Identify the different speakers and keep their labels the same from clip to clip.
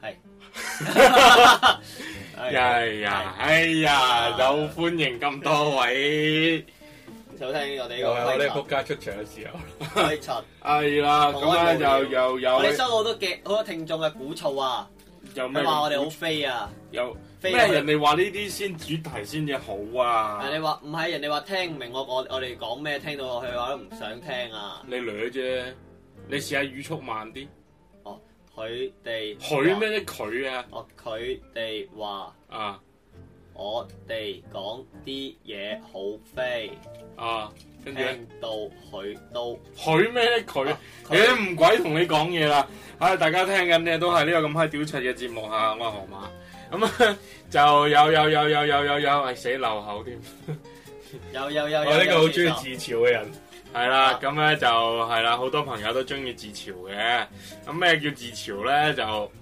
Speaker 1: 係。
Speaker 2: 哎呀，哎呀，又歡迎咁多位，
Speaker 1: 收聽我
Speaker 2: Dạ,
Speaker 1: 哋
Speaker 3: 又係我呢
Speaker 1: 呢
Speaker 3: 仆街出場嘅時候，
Speaker 1: 個鬼塵，
Speaker 2: 係啦，咁咧就又有
Speaker 1: 啊我哋收到好多嘅好多聽眾嘅鼓噪啊，
Speaker 2: 有咩
Speaker 1: 佢話我哋好飛啊，
Speaker 2: 有
Speaker 1: 飛
Speaker 2: 咩
Speaker 1: 我哋
Speaker 2: 人哋話呢啲先主題先至好啊，
Speaker 1: 人哋話唔係，人哋話聽唔明我我我哋講咩，聽到我佢話都唔想聽啊，
Speaker 2: 你掠啫，你試下語速慢啲，
Speaker 1: 佢哋
Speaker 2: 佢？咩佢啊
Speaker 1: 哦，佢哋話
Speaker 2: 啊
Speaker 1: 我哋講啲嘢好飛，
Speaker 2: 啊，跟住呢
Speaker 1: 聽到佢都
Speaker 2: 佢咩佢
Speaker 1: 啊。
Speaker 2: 你都唔鬼同你講嘢啦！唉、大家聽緊嘅都係呢個咁閪屌柒嘅節目啊！我係河馬，咁啊就有有有有有有有，唉死漏口添，
Speaker 1: 有有有
Speaker 3: 我
Speaker 2: Ờ,
Speaker 1: 有
Speaker 3: 哦呢個好中
Speaker 1: 有
Speaker 3: 意自嘲嘅人，
Speaker 2: 係啦，咁咧就係啦，好多朋友都中意自嘲嘅。咁咩叫自嘲咧？就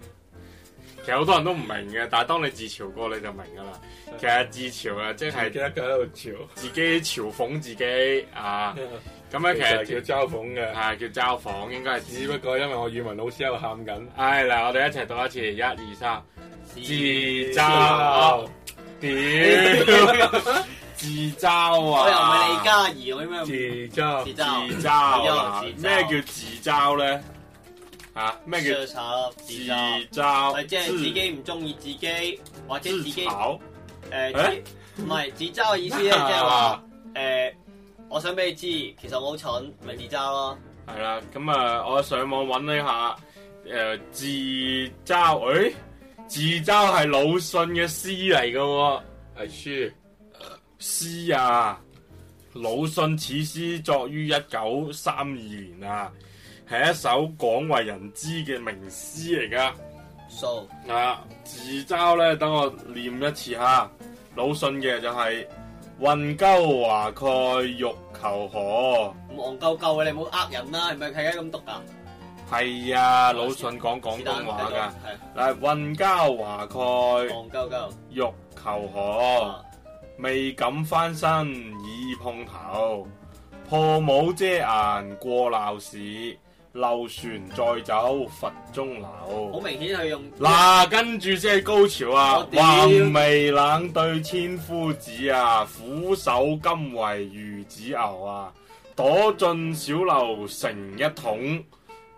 Speaker 2: 其實好多人都唔明嘅，但係當你自嘲過你就明㗎啦。其實自嘲啊，即
Speaker 3: 係記
Speaker 2: 係
Speaker 3: 得佢喺度嘲，
Speaker 2: 自己嘲諷自己 啊。咁
Speaker 3: 其
Speaker 2: 咧其
Speaker 3: 實
Speaker 2: 實
Speaker 3: 叫嘲諷嘅，
Speaker 2: 係叫嘲諷，應該係
Speaker 3: 只
Speaker 2: 自。
Speaker 3: 不過因為我語文老師喺度喊緊，
Speaker 2: 唉嗱，我哋一齊讀一次，一二三。
Speaker 1: 自
Speaker 2: 自嘲， 屌，自嘲
Speaker 1: 我又唔係李
Speaker 2: 啊！
Speaker 1: 嘉怡，我點
Speaker 3: 自
Speaker 1: 解
Speaker 3: 嘲，
Speaker 1: 自嘲
Speaker 2: 自嘲哦啊！
Speaker 1: 自嘲
Speaker 2: 咩叫自嘲咧？吓咩叫
Speaker 1: search 下啦？
Speaker 2: 自
Speaker 1: 自嘲。
Speaker 2: 嘲？
Speaker 1: 或者係自己唔中意自己，或者
Speaker 2: 自
Speaker 1: 自己
Speaker 2: 嘲啊
Speaker 1: 誒
Speaker 2: 誒
Speaker 1: 自唔係自嘲嘅意思咧，即係話誒，我想俾你知，其實我好蠢，咪自嘲咯。
Speaker 2: 係啦。咁啊，我上網揾咗一下，誒自嘲，誒自嘲係魯迅嘅詩嚟嘅喎。
Speaker 3: 係書，
Speaker 2: 詩啊，魯迅此詩作於一九三二年啊，係一首廣為人知嘅名詩嚟噶。
Speaker 1: So
Speaker 2: 啊，自嘲咧，等我念一次吓。魯迅嘅就係、運鳩華蓋欲求何？
Speaker 1: 咁戇鳩鳩嘅，你唔好呃人啦，係咪係咁讀噶？
Speaker 2: 係啊，魯迅講廣
Speaker 1: 是但
Speaker 2: 東話噶。
Speaker 1: 繼
Speaker 2: 嗱，運鳩華
Speaker 1: 續係啊
Speaker 2: 蓋
Speaker 1: 戇鳩鳩。
Speaker 2: 欲求何？
Speaker 1: 啊
Speaker 2: 未敢翻身已碰頭，破帽遮顏過鬧市，漏船再走佛中
Speaker 1: 好
Speaker 2: 流。
Speaker 1: 明顯佢用
Speaker 2: 嗱，跟住先係高潮啊
Speaker 1: 我！屌
Speaker 2: 橫眉冷對千夫指啊，俯首甘為孺子牛啊，躲進小樓成一統，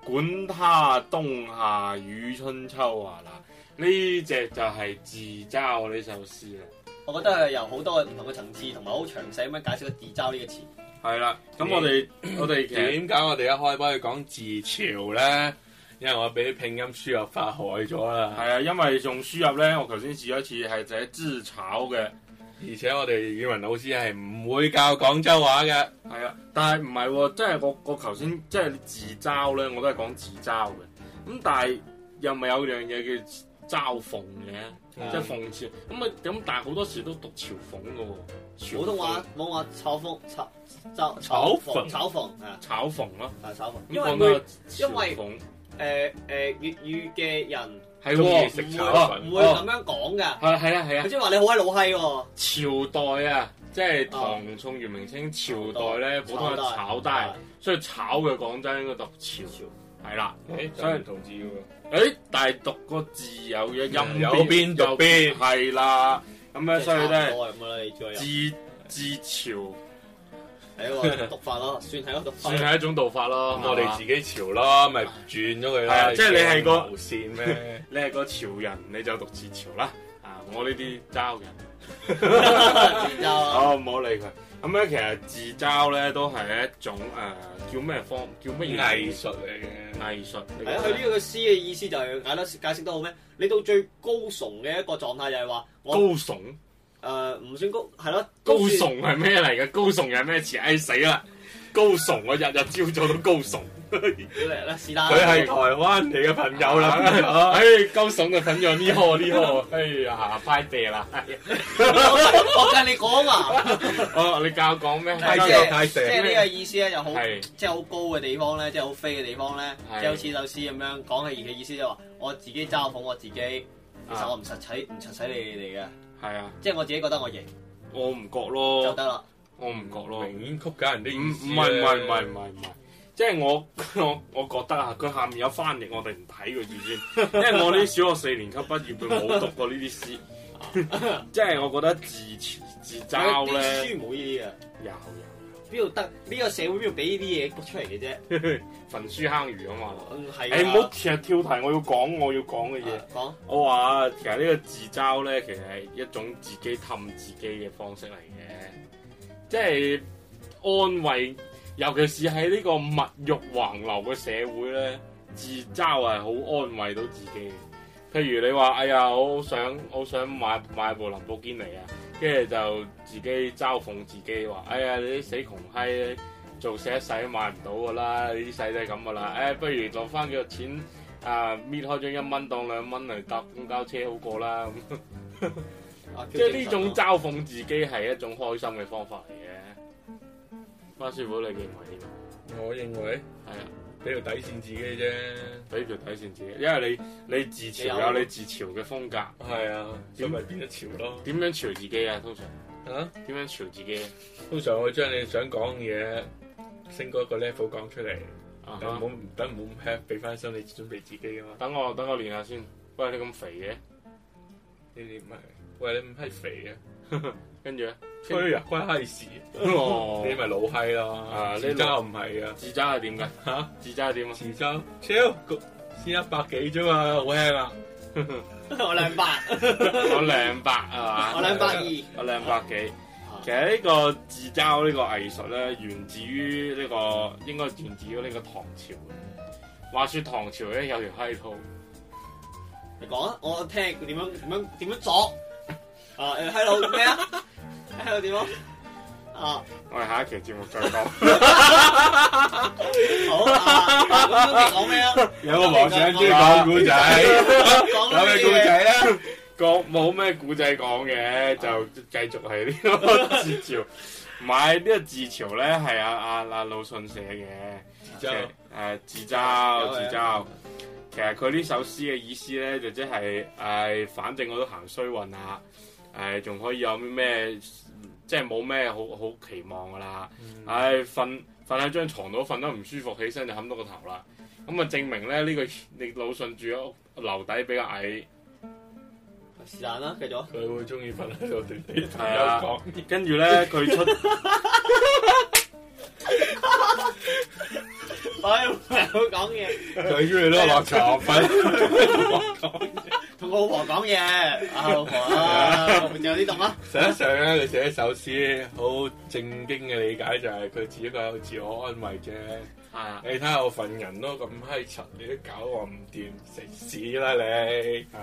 Speaker 2: 管他冬夏與春秋啊！嗱，呢只就係自嘲呢首詩啊啦。
Speaker 1: 我覺得佢係由好多唔同嘅層次，同埋好詳細咁樣解釋咗自嘲呢個詞。
Speaker 2: 係啦，咁我哋我哋其實
Speaker 3: 點解我哋一開波去講自嘲咧？因為我俾拼音輸入法害咗啦，
Speaker 2: 係啊，因為用輸入咧，我頭先試咗一次係就係自嘲嘅，
Speaker 3: 而且我哋語文老師係唔會教廣州話嘅，
Speaker 2: 係啊，但係唔係喎，即係我我頭先即係自嘲咧，我都係講自嘲嘅，咁但係又咪有樣嘢叫嘲諷嘅，
Speaker 3: 嗯
Speaker 2: 即係諷刺，咁啊咁但係好多時都讀嘲諷嘅喎，嘲諷
Speaker 1: 普通話冇話嘲諷嘲嘲諷
Speaker 3: 嘲諷
Speaker 1: 嘲諷係啊
Speaker 2: 嘲諷咯，
Speaker 1: 係嘲諷，因為
Speaker 2: 咁講
Speaker 1: 會
Speaker 2: 到
Speaker 1: 因為
Speaker 2: 嘲諷
Speaker 1: 誒誒粵語嘅人。
Speaker 2: 係
Speaker 3: 中
Speaker 1: Ờ,
Speaker 3: 意
Speaker 2: 喎，
Speaker 3: 食
Speaker 1: 唔會
Speaker 3: 炒
Speaker 2: à?
Speaker 1: 唔
Speaker 3: 粉，
Speaker 2: Ờ.
Speaker 1: 會咁樣講噶。
Speaker 2: 係係啊係啊
Speaker 1: 佢。即係話你好閪老閪喎，
Speaker 2: 朝代啊，即係唐宋元明清朝
Speaker 1: 哦
Speaker 2: 代咧，普通係炒
Speaker 1: 係
Speaker 2: 低，所以炒嘅廣州應該讀潮，係啦。
Speaker 3: 誒
Speaker 2: 所以啊
Speaker 3: 同字嘅喎。
Speaker 2: 誒，但係讀個字嗯有嘅音
Speaker 3: 有邊讀邊
Speaker 2: 係啦。咁咧，所以咧，
Speaker 1: 我咁噶啦，你最係
Speaker 2: 自自潮
Speaker 1: 一個讀法咯，算係一個讀法
Speaker 2: 算。係一種讀法咯。
Speaker 3: 咁我哋自己潮咯，咪轉咗佢
Speaker 2: 係啊
Speaker 3: 啦。
Speaker 2: 即係你係個
Speaker 3: 無線 咩？
Speaker 2: 你係個潮人，你就讀自潮啦。啊，我呢啲嘲 人。
Speaker 1: 然之後
Speaker 2: 哦，唔好理佢。咁咧，其實自嘲咧都係一種誒叫咩方叫乜嘢
Speaker 3: 藝術嚟嘅，
Speaker 2: 藝術嚟
Speaker 1: 係啊，
Speaker 2: 嘅
Speaker 1: 佢呢個詩嘅意思就係解得解釋得好咩？你到最高崇嘅一個狀態就係話我
Speaker 2: 高聳。
Speaker 1: 誒唔算高，係咯
Speaker 2: 高聳係咩嚟嘅？高聳又係咩詞？唉死啦！高聳我日日朝早都高聳，
Speaker 1: 算啦是但
Speaker 3: 佢 係台
Speaker 1: 啦。
Speaker 3: 灣嚟嘅朋友
Speaker 2: 啊唉
Speaker 3: 啦。，
Speaker 2: 哎高聳嘅朋友呢 呵呢呵，哎呀拍地啦！
Speaker 1: 我計你講啊，
Speaker 2: 哦，你教我講咩？
Speaker 3: 太
Speaker 1: 即
Speaker 3: 正
Speaker 1: 係
Speaker 3: 太
Speaker 1: 即
Speaker 3: 正
Speaker 1: 係呢個意思咧，就好
Speaker 2: 係
Speaker 1: 即係好高嘅地方咧，即係好飛嘅地方咧，
Speaker 2: 係
Speaker 1: 即係好似首詩咁樣講起而嘅意思就係話我自己嘲諷我自己，其實我唔實使唔實使你哋嘅。
Speaker 2: 啊係啊，
Speaker 1: 即係我自己覺得我贏
Speaker 2: 我唔覺
Speaker 1: 就
Speaker 2: 咯，
Speaker 1: 得啦。
Speaker 2: 我唔覺咯，唔
Speaker 3: 明顯曲解人啲
Speaker 2: 唔
Speaker 3: 意思
Speaker 2: 係
Speaker 3: 啊
Speaker 2: 唔係唔係唔係唔係，即係我 我我覺得啊，佢下面有翻譯，我哋唔睇佢 字先，因為我呢小學四年級畢業，佢冇讀過呢啲 詩，即係我覺得自自嘲
Speaker 1: 啲
Speaker 2: 咧
Speaker 1: 書冇呢啲嘅，
Speaker 2: 有有
Speaker 1: 啊邊度得呢個社會邊度俾呢啲嘢出嚟嘅啫？
Speaker 2: 焚書坑儒啊啊嘛。
Speaker 1: 嗯係
Speaker 2: 誒唔好成日跳題，我要講我要講嘅嘢。
Speaker 1: 嘢啊講，
Speaker 2: 我話其實呢個自嘲咧，其實係一種自己氹自己嘅方式嚟嘅，即係安慰，尤其是喺呢個物欲橫流嘅社會咧，自嘲係好安慰到自己嘅。譬如你話：哎呀，我好想好想買買部林寶堅尼啊，跟住就自己嘲諷自己話：哎呀，你啲死窮閪，做死一世都買唔到噶啦，你啲世都係咁噶啦，誒、哎不如攞翻幾個錢。啊搣開張一蚊當兩蚊嚟搭公交車好過啦，咁
Speaker 1: 啊
Speaker 2: 即係呢種嘲諷自己係一種開心嘅方法嚟嘅。花師傅你認為點啊？
Speaker 3: 我認為
Speaker 2: 係啊，
Speaker 3: 俾條底線自己啫。
Speaker 2: 俾條底線自己，因為你你自
Speaker 1: 你
Speaker 2: 嘲
Speaker 1: 有
Speaker 2: 有你自嘲嘅風格，
Speaker 3: 係啊，咁咪變咗潮咯。
Speaker 2: 點樣嘲自己啊？通常
Speaker 3: 啊，
Speaker 2: 點樣嘲自己
Speaker 3: 通常我將你想講嘅嘢升高一個 level 講出嚟，
Speaker 2: 啊
Speaker 3: 等
Speaker 2: 哈
Speaker 3: 唔好？等唔好咁 happy，俾翻心理準備自己噶嘛。
Speaker 2: 等我等我練下先。喂，你咁肥嘅，
Speaker 3: 你哋唔係，喂你唔係肥嘅，
Speaker 2: 跟住咧，
Speaker 3: 吹啊關閪事，
Speaker 2: 哦
Speaker 3: 你咪老閪
Speaker 2: 啊
Speaker 3: 啦。自嘲唔係啊，
Speaker 2: 自嘲係點㗎？
Speaker 3: 嚇
Speaker 2: 自嘲係點啊？
Speaker 3: 自嘲，超先一百幾啫嘛，好輕啊。
Speaker 1: 我兩 百，
Speaker 2: 我兩百啊嘛，
Speaker 1: 我兩百二，
Speaker 2: 我兩百幾。
Speaker 3: 啊
Speaker 2: 其實呢個自嘲呢個藝術咧，源自於呢、個應該源自於呢個唐朝嘅。話說唐朝咧有條閪佬，
Speaker 1: 你講啊，我聽佢點樣點樣點樣作啊？誒喺度咩啊？喺度點啊？啊
Speaker 2: 我哋下一期節目再 講。
Speaker 1: 好啊，咁你講咩啊？
Speaker 3: 有個和尚中意講古仔，
Speaker 1: 講
Speaker 3: 有
Speaker 1: 呢
Speaker 3: 咩
Speaker 1: 啲
Speaker 3: 古
Speaker 1: 嘢。
Speaker 3: 仔啊？
Speaker 2: 講冇咩古仔講嘅，就繼續係呢個自嘲。唔係呢個自嘲咧，係阿阿阿魯迅寫嘅。即
Speaker 3: 自嘲
Speaker 2: 係。誒自嘲
Speaker 1: 有
Speaker 2: 自嘲。其實佢呢首詩嘅意思咧，就即係誒，反正我都行衰運啦，誒、仲可以有啲咩，即係冇咩好好期望噶啦。
Speaker 3: 嗯
Speaker 2: 唉，瞓瞓喺張床度瞓得唔舒服，起身就冚到個頭啦。咁啊，證明咧呢、個你魯迅住喺屋樓底比較矮，
Speaker 1: 是但啦，繼續。
Speaker 3: 佢會中意瞓喺度地 地
Speaker 2: 係啊
Speaker 3: 講
Speaker 2: 跟住咧佢出
Speaker 1: 唉，唔係好哎講嘢，
Speaker 3: 佢中意都落 床瞓，
Speaker 1: 同我老婆講嘢。啊，
Speaker 2: 哎
Speaker 1: 老婆啊，老婆仲有啲動啦。
Speaker 3: 實際上咧，佢寫一首詩，好正經嘅理解就係佢只不過有自我安慰啫。
Speaker 2: 係啊
Speaker 3: 你睇下我份人都咁閪柒，你都搞我唔掂，食屎啦你！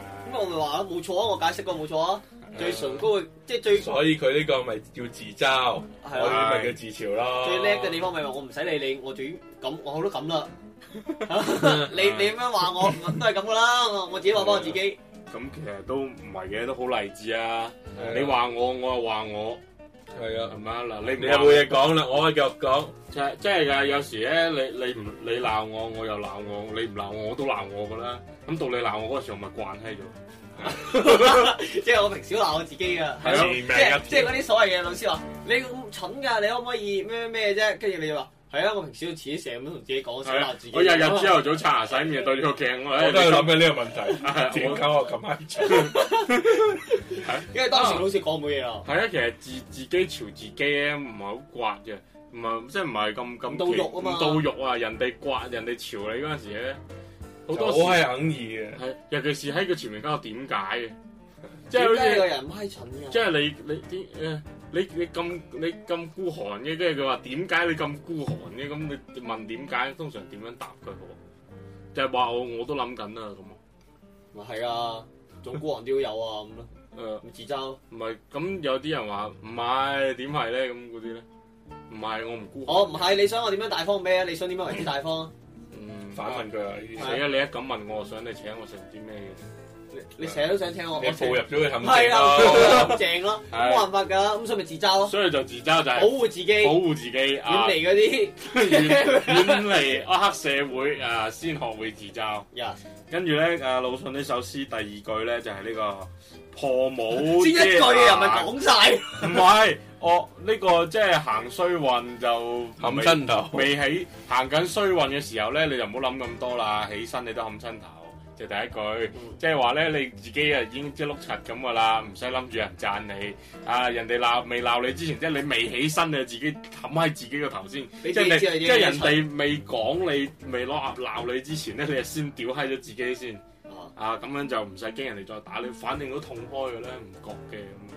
Speaker 1: 咁我咪話咯，冇錯啊，我解釋過冇錯啊。
Speaker 2: 嗯
Speaker 1: 最崇高嘅，即係最最
Speaker 3: 所以佢呢個咪叫自嘲，
Speaker 1: 係啊
Speaker 3: 我呢啲咪叫自嘲咯。
Speaker 1: 叻嘅地方咪話我唔使理你，我最咁我好都咁 啦。你你咁樣話我都係咁噶啦，我我自己話翻我自 己。
Speaker 2: 咁其實都唔係嘅，都好勵志啊！
Speaker 3: 係啊
Speaker 2: 你話我，我又話我，
Speaker 3: 係
Speaker 2: 係
Speaker 3: 啊，
Speaker 2: 咪啊？嗱，你唔
Speaker 3: 你
Speaker 2: 話
Speaker 3: 有冇嘢講啦？我可以繼續講。
Speaker 2: 即係即係㗎，有時咧，你你唔你鬧我，我又鬧我，你唔鬧我，我都鬧我㗎啦。咁到你鬧我嗰時候，咪慣閪咗。
Speaker 1: 即係我平時都鬧我自己噶。
Speaker 2: 係啊
Speaker 1: 即
Speaker 3: 前面
Speaker 1: 係
Speaker 3: 一
Speaker 1: 即係嗰啲所謂嘅老師話你咁蠢㗎，你可唔可以咩咩咩啫？跟住你就話係啊，我平時都自己成日咁同自己講，成日
Speaker 2: 係啊
Speaker 1: 鬧自己。
Speaker 2: 我日日朝頭早刷牙洗面對住個鏡，我
Speaker 3: 我都
Speaker 2: 誒
Speaker 3: 係諗緊呢個問題，
Speaker 2: 係
Speaker 3: 點
Speaker 2: 我
Speaker 3: 解 我咁閪蠢？
Speaker 1: 跟住當時老師講冇嘢啦，
Speaker 2: 係啊，其實自自己朝自己咧，唔係好刮嘅，唔係即係唔係咁咁
Speaker 1: 唔到
Speaker 2: 奇
Speaker 1: 肉啊嘛
Speaker 2: 唔到肉啊！人哋刮，人哋朝你嗰陣時咧，好多時
Speaker 3: 我係硬意嘅。
Speaker 2: 係，尤其是喺佢前面交點解嘅，
Speaker 1: 即
Speaker 2: 即係好
Speaker 1: 係呢
Speaker 2: 似
Speaker 1: 個。人唔閪蠢㗎。
Speaker 2: 即係你你啲誒，你你咁你咁孤寒嘅，跟住佢話點解你咁孤寒嘅？咁你問點解？通常點樣答佢好？就係話我我都諗緊啊
Speaker 1: 咪係啊，總孤寒都要有啊咁咯，
Speaker 2: 咁啊
Speaker 1: 咁自嘲。
Speaker 2: 誒唔係咁有啲人話唔係點係咧咁嗰啲咧，唔係我唔孤寒。
Speaker 1: 哦我唔係你想我點樣大方咩？你想點樣為之大方？
Speaker 2: 嗯
Speaker 3: 反問佢啊！呢
Speaker 2: 死
Speaker 3: 啲
Speaker 2: 啊！你一咁問我，想你請我食唔知咩嘢？
Speaker 1: 你你成日都想請我，
Speaker 3: 你
Speaker 1: 我
Speaker 3: 步入
Speaker 1: 成
Speaker 3: 咗佢陷
Speaker 1: 係
Speaker 3: 阱
Speaker 1: 啦，
Speaker 3: 咯。
Speaker 1: 我正咯，
Speaker 2: 係
Speaker 1: 冇辦法㗎，咁所以咪自嘲咯，
Speaker 2: 所以就自嘲就
Speaker 1: 保
Speaker 2: 係
Speaker 1: 護自己，
Speaker 2: 保
Speaker 1: 遠
Speaker 2: 護自己啊，
Speaker 1: 離嗰啲
Speaker 2: 遠遠離黑社會啊，先學會自嘲。
Speaker 1: 呀，
Speaker 2: 跟住咧，啊魯迅呢首詩第二句咧就係呢個破帽
Speaker 1: 先一句又唔係
Speaker 2: 遮
Speaker 1: 講晒，
Speaker 2: 唔係，我呢、個即係行衰運就
Speaker 3: 冚身頭，
Speaker 2: 未起行緊衰運嘅時候咧，你就唔好諗咁多啦，起身你都冚親頭，就第一句，
Speaker 1: 嗯
Speaker 2: 即係話咧你自己啊已經即係碌柒咁噶啦，唔使諗住人讚你，啊人哋鬧未鬧你之前，即係你未起身你就自己冚喺自己個頭先，
Speaker 1: 你
Speaker 2: 即
Speaker 1: 自
Speaker 2: 係
Speaker 1: 己知
Speaker 2: 你
Speaker 1: 你
Speaker 2: 即係人哋未講你未攞鴨鬧你之前咧，你就先屌閪咗自己先，
Speaker 1: 哋
Speaker 2: 啊咁樣就唔使驚人哋再打你，反正都痛開嘅咧，唔覺嘅咁。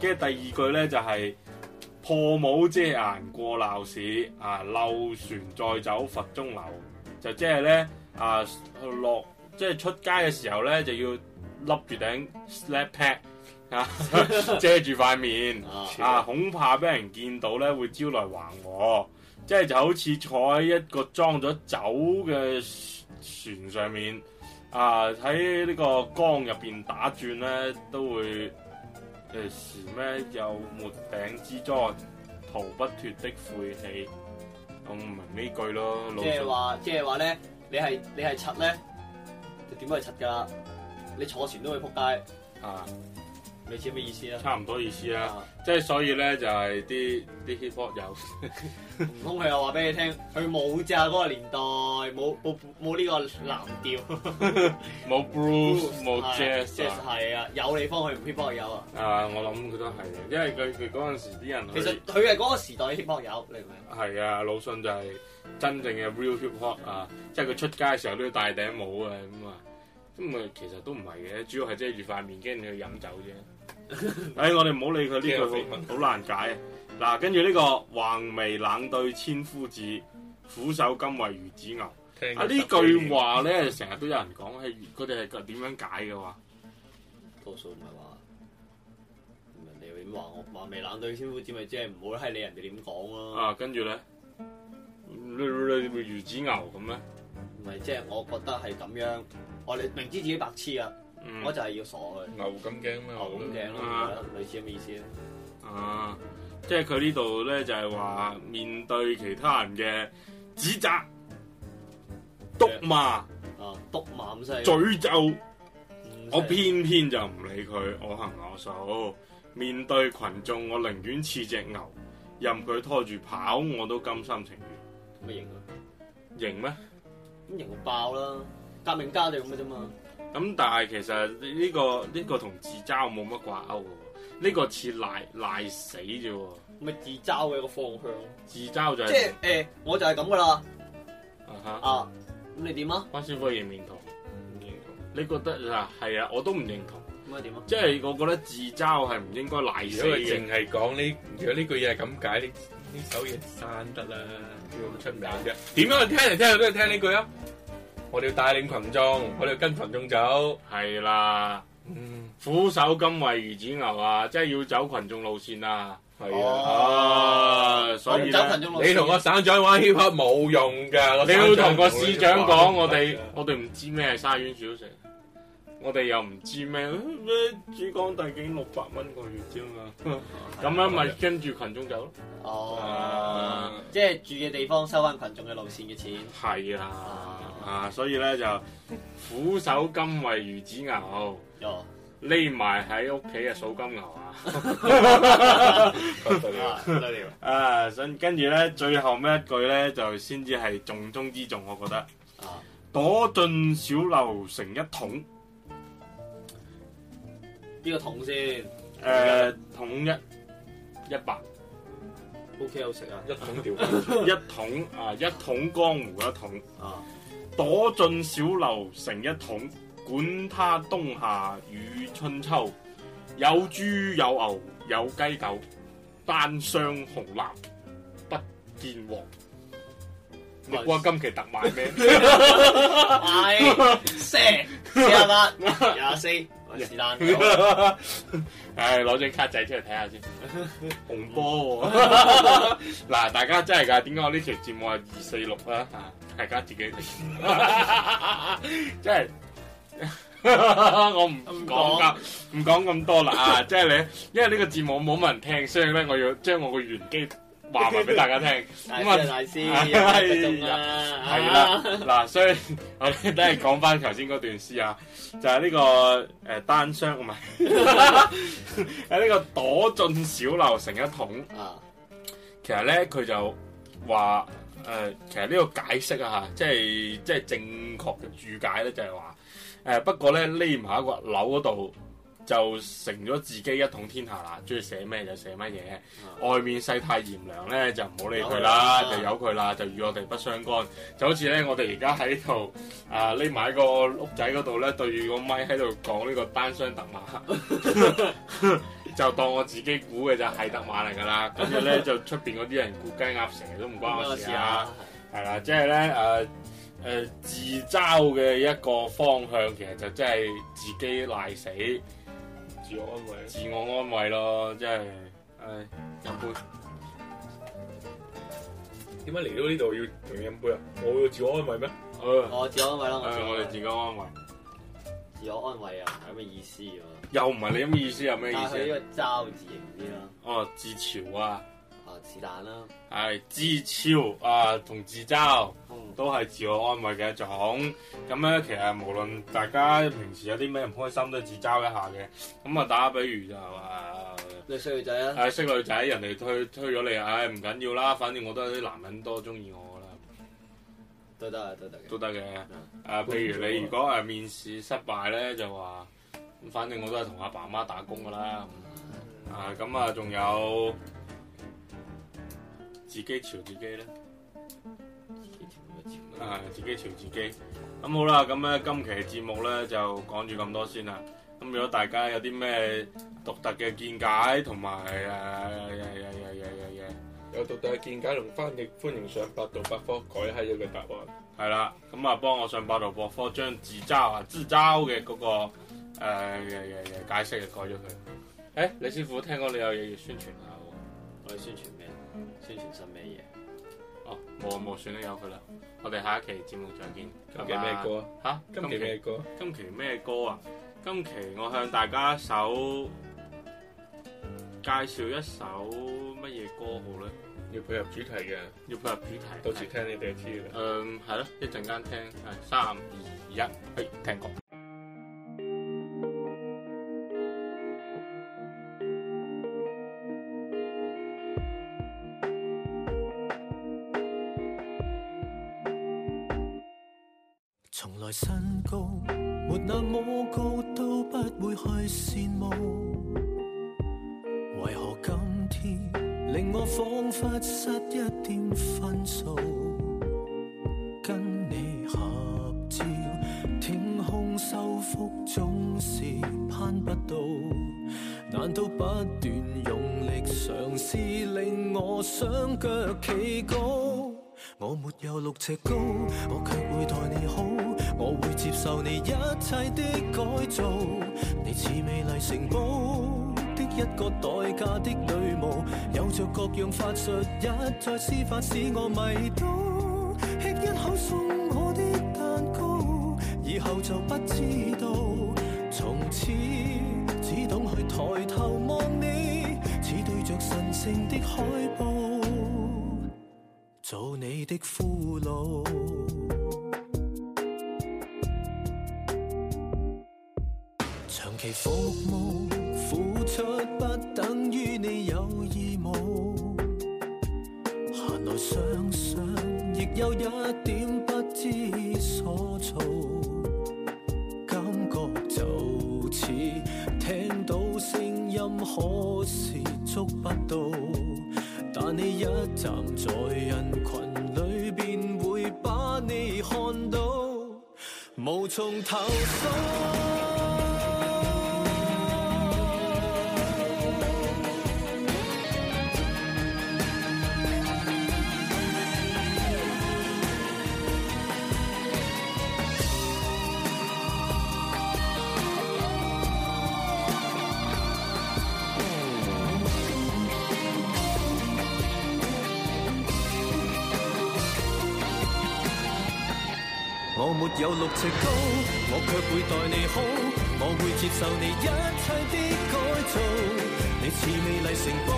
Speaker 2: 跟住第二句咧就係、破帽遮顏過鬧市，啊漏船再走佛中流，就即係咧啊落即係出街嘅時候咧就要笠住頂 slap pad 啊 遮住塊面
Speaker 1: 啊
Speaker 2: 啊，恐怕俾人見到咧會招來橫禍，即係就好似坐喺一個裝咗酒嘅船上面。啊！喺呢個江入邊打轉咧，都會誒時咩有沒頂之災，逃不脱的晦氣。我唔明呢句咯，老
Speaker 1: 即係
Speaker 2: 實
Speaker 1: 話，即係話咧，你係你係柒咧，就點都係柒㗎啦，你坐船都會撲街，
Speaker 2: 啊，
Speaker 1: 你知咩意思啦？
Speaker 2: 差唔多意思啦。
Speaker 1: 啊
Speaker 2: 即係所以咧，就係啲啲 hip hop 有
Speaker 1: 唔通佢又話俾你聽，佢冇咋嗰個年代，冇冇冇呢個藍調
Speaker 2: 冇 blues 冇 jazz
Speaker 1: 係啊
Speaker 2: 啊
Speaker 1: jazz 係啊，有地方佢唔 hip hop 有啊。
Speaker 2: 啊！我諗佢都係嘅，因為佢佢嗰陣時啲人
Speaker 1: 其實
Speaker 2: 去
Speaker 1: 佢係嗰個時代 hip hop 有，你明唔明？
Speaker 2: 係啊，魯迅就係真正嘅 real hip hop 啊！即係佢出街嘅時候都要戴頂帽啊咁啊。咁啊，其實都唔係嘅，主要係遮住塊面，跟住去飲酒啫。唉，我哋唔好理佢呢
Speaker 3: 呢
Speaker 2: 句
Speaker 3: 個緋聞
Speaker 2: 好好難解。嗱，跟住呢個橫眉冷對千夫指，俯首甘為孺子牛。
Speaker 3: 聽
Speaker 2: 啊，呢句話咧，成日都有人講，係佢哋係點樣解嘅話？
Speaker 1: 多數唔係話人哋點話我話未冷對先夫子，咪即係唔好閪理人哋點講咯。
Speaker 2: 啊，跟住咧，你你你會孺子牛咁咧？
Speaker 1: 唔係即係我覺得係咁樣，我哋明知自己白痴啊，
Speaker 2: 嗯
Speaker 1: 我就係要傻佢。
Speaker 3: 牛咁驚咩？
Speaker 1: 牛咁頸咯，類似咁嘅意思咯。啊
Speaker 2: 啊，即係佢呢度咧就係話面對其他人嘅指責、篤罵、
Speaker 1: 啊，督馬咁犀利。嗯
Speaker 2: 詛咒。
Speaker 1: 唔犀利
Speaker 2: 我偏偏就唔理佢，我行我素。面對群眾，我寧願似只牛，任佢拖住跑，我都甘心情
Speaker 1: 咁咪型咯，
Speaker 2: 願。型咩？
Speaker 1: 咁型到爆啦！革命家就咁嘅啫嘛。
Speaker 2: 咁但係其實呢、個呢、個同自嘲冇乜掛鈎喎，呢、個似賴賴死啫喎。
Speaker 1: 咪自嘲嘅一個方向，
Speaker 2: 自嘲就
Speaker 1: 即
Speaker 2: 係、
Speaker 1: 係誒，我就係咁噶啦
Speaker 2: 啊哈，
Speaker 1: 啊！咁你點啊？
Speaker 2: 關師傅認唔認同？
Speaker 1: 唔認同，
Speaker 2: 你覺得嗱係啊，我都唔認同。
Speaker 1: 咁啊點啊？
Speaker 2: 即係我覺得自嘲係唔應該賴
Speaker 3: 如
Speaker 2: 死
Speaker 3: 果佢
Speaker 2: 嘅。
Speaker 3: 淨係講呢，如果呢句嘢係咁解，呢呢首嘢生得啦，咁出名啫。點解我聽嚟聽去都係聽呢句啊？我哋要帶領群眾，我哋要跟群眾走。
Speaker 2: 係啦，
Speaker 3: 嗯，
Speaker 2: 俯首甘為孺子牛啊！即係要走群眾路線啊！
Speaker 3: 係
Speaker 1: 哦
Speaker 3: 啊。
Speaker 2: 啊，所以
Speaker 1: 走
Speaker 2: 咧
Speaker 1: 群，眾路線
Speaker 3: 你同個省長玩 hip hop 冇用㗎。
Speaker 2: 你要同個
Speaker 3: 個
Speaker 2: 市
Speaker 3: 省
Speaker 2: 長講，
Speaker 3: 長同
Speaker 2: 我哋
Speaker 3: 玩
Speaker 2: 我哋唔知咩係沙縣小食，我哋又唔知咩咩珠江帝景六百蚊個月啫嘛，咁樣 咪跟住群眾走咯。
Speaker 1: 哦
Speaker 2: 啊，
Speaker 1: 即係住嘅地方收翻群眾嘅路線嘅錢。
Speaker 2: 係啦，啊，所以咧就俯首甘為孺子牛，
Speaker 1: 哦，
Speaker 2: 匿埋喺屋企啊數金牛啊！
Speaker 3: 不得了
Speaker 1: 啊，得了。
Speaker 2: 啊，跟跟住咧，最後尾一句咧，就先至係重中之重，我覺得。
Speaker 1: 啊，
Speaker 2: 躲進小樓成一統，
Speaker 1: 呢個桶先
Speaker 2: 誒、統一一百
Speaker 1: OK 好食啊。
Speaker 3: 一種調翻轉
Speaker 2: 一統啊，一統江湖一統，
Speaker 1: 啊，
Speaker 2: 躲進小樓成一統，管他冬夏與春秋，有豬有牛有雞狗，單雙紅藍不見黃。你估下今期特賣 咩？
Speaker 1: 係四四廿八廿四，是 但。
Speaker 2: 唉，攞張卡仔出嚟睇下先，紅波喎、 嗱，大家真係㗎，點解我呢條節目係啊 二四六啦？啊大家自己真係 我唔講噶，唔講咁多啦啊！即係你，因為呢個節目冇乜人聽，所以咧我要將我個原機話埋俾大家聽。
Speaker 1: 大
Speaker 2: 咁啊
Speaker 1: 師大師，
Speaker 2: 哎
Speaker 1: 一個鐘啦，
Speaker 2: 係
Speaker 1: 啊
Speaker 2: 啦，，嗱，所以我哋都係講翻頭先嗰段詩啊，就係、呢、個誒、呃、單雙唔係， 喺呢個躲進小樓成一桶。
Speaker 1: 啊，
Speaker 2: 其實咧佢就話誒、呃其實呢個解釋啊嚇，即係即係正確嘅注解咧，就係話誒不過咧匿埋喺個樓嗰度就成咗自己一統天下啦，中意寫咩就寫乜嘢。外面世態炎涼咧，就唔好理佢啦，
Speaker 1: 啊有佢啦
Speaker 2: 就由佢啦，就與我哋不相干。就好似咧，我哋而家喺度啊，匿埋喺個屋仔嗰度咧，對住個咪喺度講呢個單雙特馬， 就當我自己估嘅就係特馬嚟㗎啦。跟住咧就出邊嗰啲人估雞鴨蛇都唔關我事啊。，係啦，即係咧誒誒自嘲嘅一個方向，其實就即係自己賴死，
Speaker 3: 自我安慰。
Speaker 2: 自我安慰咯，即係唉飲杯。
Speaker 3: 點解嚟到呢度要同你飲杯啊？我要自我安慰咩？
Speaker 2: 呃
Speaker 1: 啊我自我安慰啦，
Speaker 2: 誒、我
Speaker 1: 我
Speaker 2: 哋
Speaker 1: 自
Speaker 2: 自我安慰，
Speaker 1: 自我安慰啊，係咩意思喎？
Speaker 2: 又唔係你咁意思，有咩
Speaker 1: 但
Speaker 2: 意
Speaker 1: 係佢
Speaker 2: 思啊？
Speaker 1: 呢個嘲字型啲啦，
Speaker 2: 哦，自嘲啊，
Speaker 1: 啊是但啦，
Speaker 2: 係自嘲啊，同自嘲
Speaker 1: 嗯
Speaker 2: 都係自我安慰嘅一種。咁啊咧，其實無論大家平時有啲咩唔開心，都自嘲一下嘅。咁啊，打比如就話
Speaker 1: 你衰女仔啊，
Speaker 2: 誒識女仔，人哋推推咗你，唉唔緊要啦，反正我都係啲男人多中意我㗎啦，
Speaker 1: 都得啊，都得嘅，
Speaker 2: 都得嘅。啊，譬如你如果誒面試失敗咧，就話反正我都係同阿爸媽打工㗎啦。咁啊，咁啊，仲有自己潮自己咧，啊，自己潮自己。咁好啦，咁咧今期節目咧就講住咁多先啦。咁如果大家有啲咩獨特嘅見解同埋誒誒誒誒誒
Speaker 3: 有獨特嘅見解同翻譯，歡迎上百度百科改下佢嘅答案。
Speaker 2: 誒，係啦，咁啊幫我上百度博科將自嘲啊自嘲嘅嗰個誒誒誒誒解釋嘅改咗佢。誒，李師傅聽講你有嘢要宣傳下喎。
Speaker 1: 我哋宣傳咩？宣傳新咩嘢？
Speaker 2: 哦，冇啊冇，算啦，有佢啦。我哋下一期節目再見。
Speaker 3: 今期咩歌啊？
Speaker 2: 吓、
Speaker 3: 今期咩歌啊？
Speaker 2: 今期咩歌啊？今期我向大家首介紹一首乜嘢歌好咧？
Speaker 3: 要配合主題嘅，
Speaker 2: 要配合主題。
Speaker 3: 到時聽你哋就知啦。
Speaker 2: 誒係咯，一陣間聽。係三二一，嘿，聽歌。
Speaker 4: 從來身高沒那麼高，都不會去羨慕。為何今天令我彷彿失一點分數？跟你合照，天空修復總是攀不到。難道不斷用力嘗試令我雙腳企高？我沒有六尺高，我卻會待你好，我會接受你一切的改造。你似美麗城堡的一個代價的隊伍，有着各樣法術，一再施法使我迷倒。吃一口送我的蛋糕，以後就不知道，從此只懂去抬頭望你，似對着神聖的海報。做你的俘虜。長期服務付出不等於你有義務，閒來想想亦有一點不知所措。感覺就似聽到聲音，可是捉不到。但你一站在人群裏，便會把你看到，無從投訴。我沒没有六尺高，我却会待你好，我会接受你一切的改造。你似美丽城堡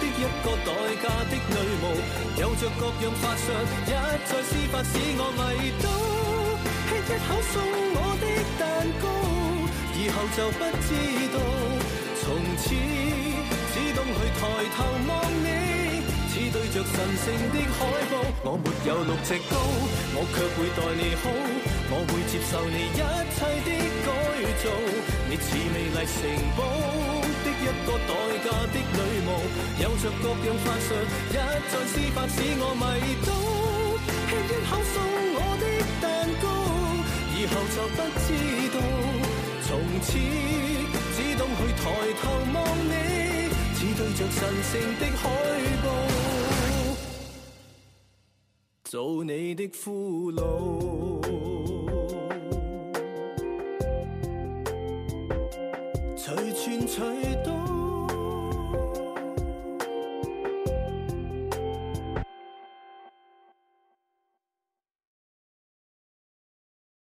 Speaker 4: 的一个代价的女巫，有着各样法术，一再施法使我迷倒，吃一口送我的蛋糕，以后就不知道，从此只懂去抬头望你。似對着神聖的海報，我沒有六尺高，我卻會待你好，我會接受你一切的改造。你似美麗城堡的一個代價的女巫，有着各樣法術，一再施法使我迷倒，吃一口送我的蛋糕，以後就不知道，從此只懂去抬頭望你，似對着神聖的海報。做你的俘虜。隨傳隨到，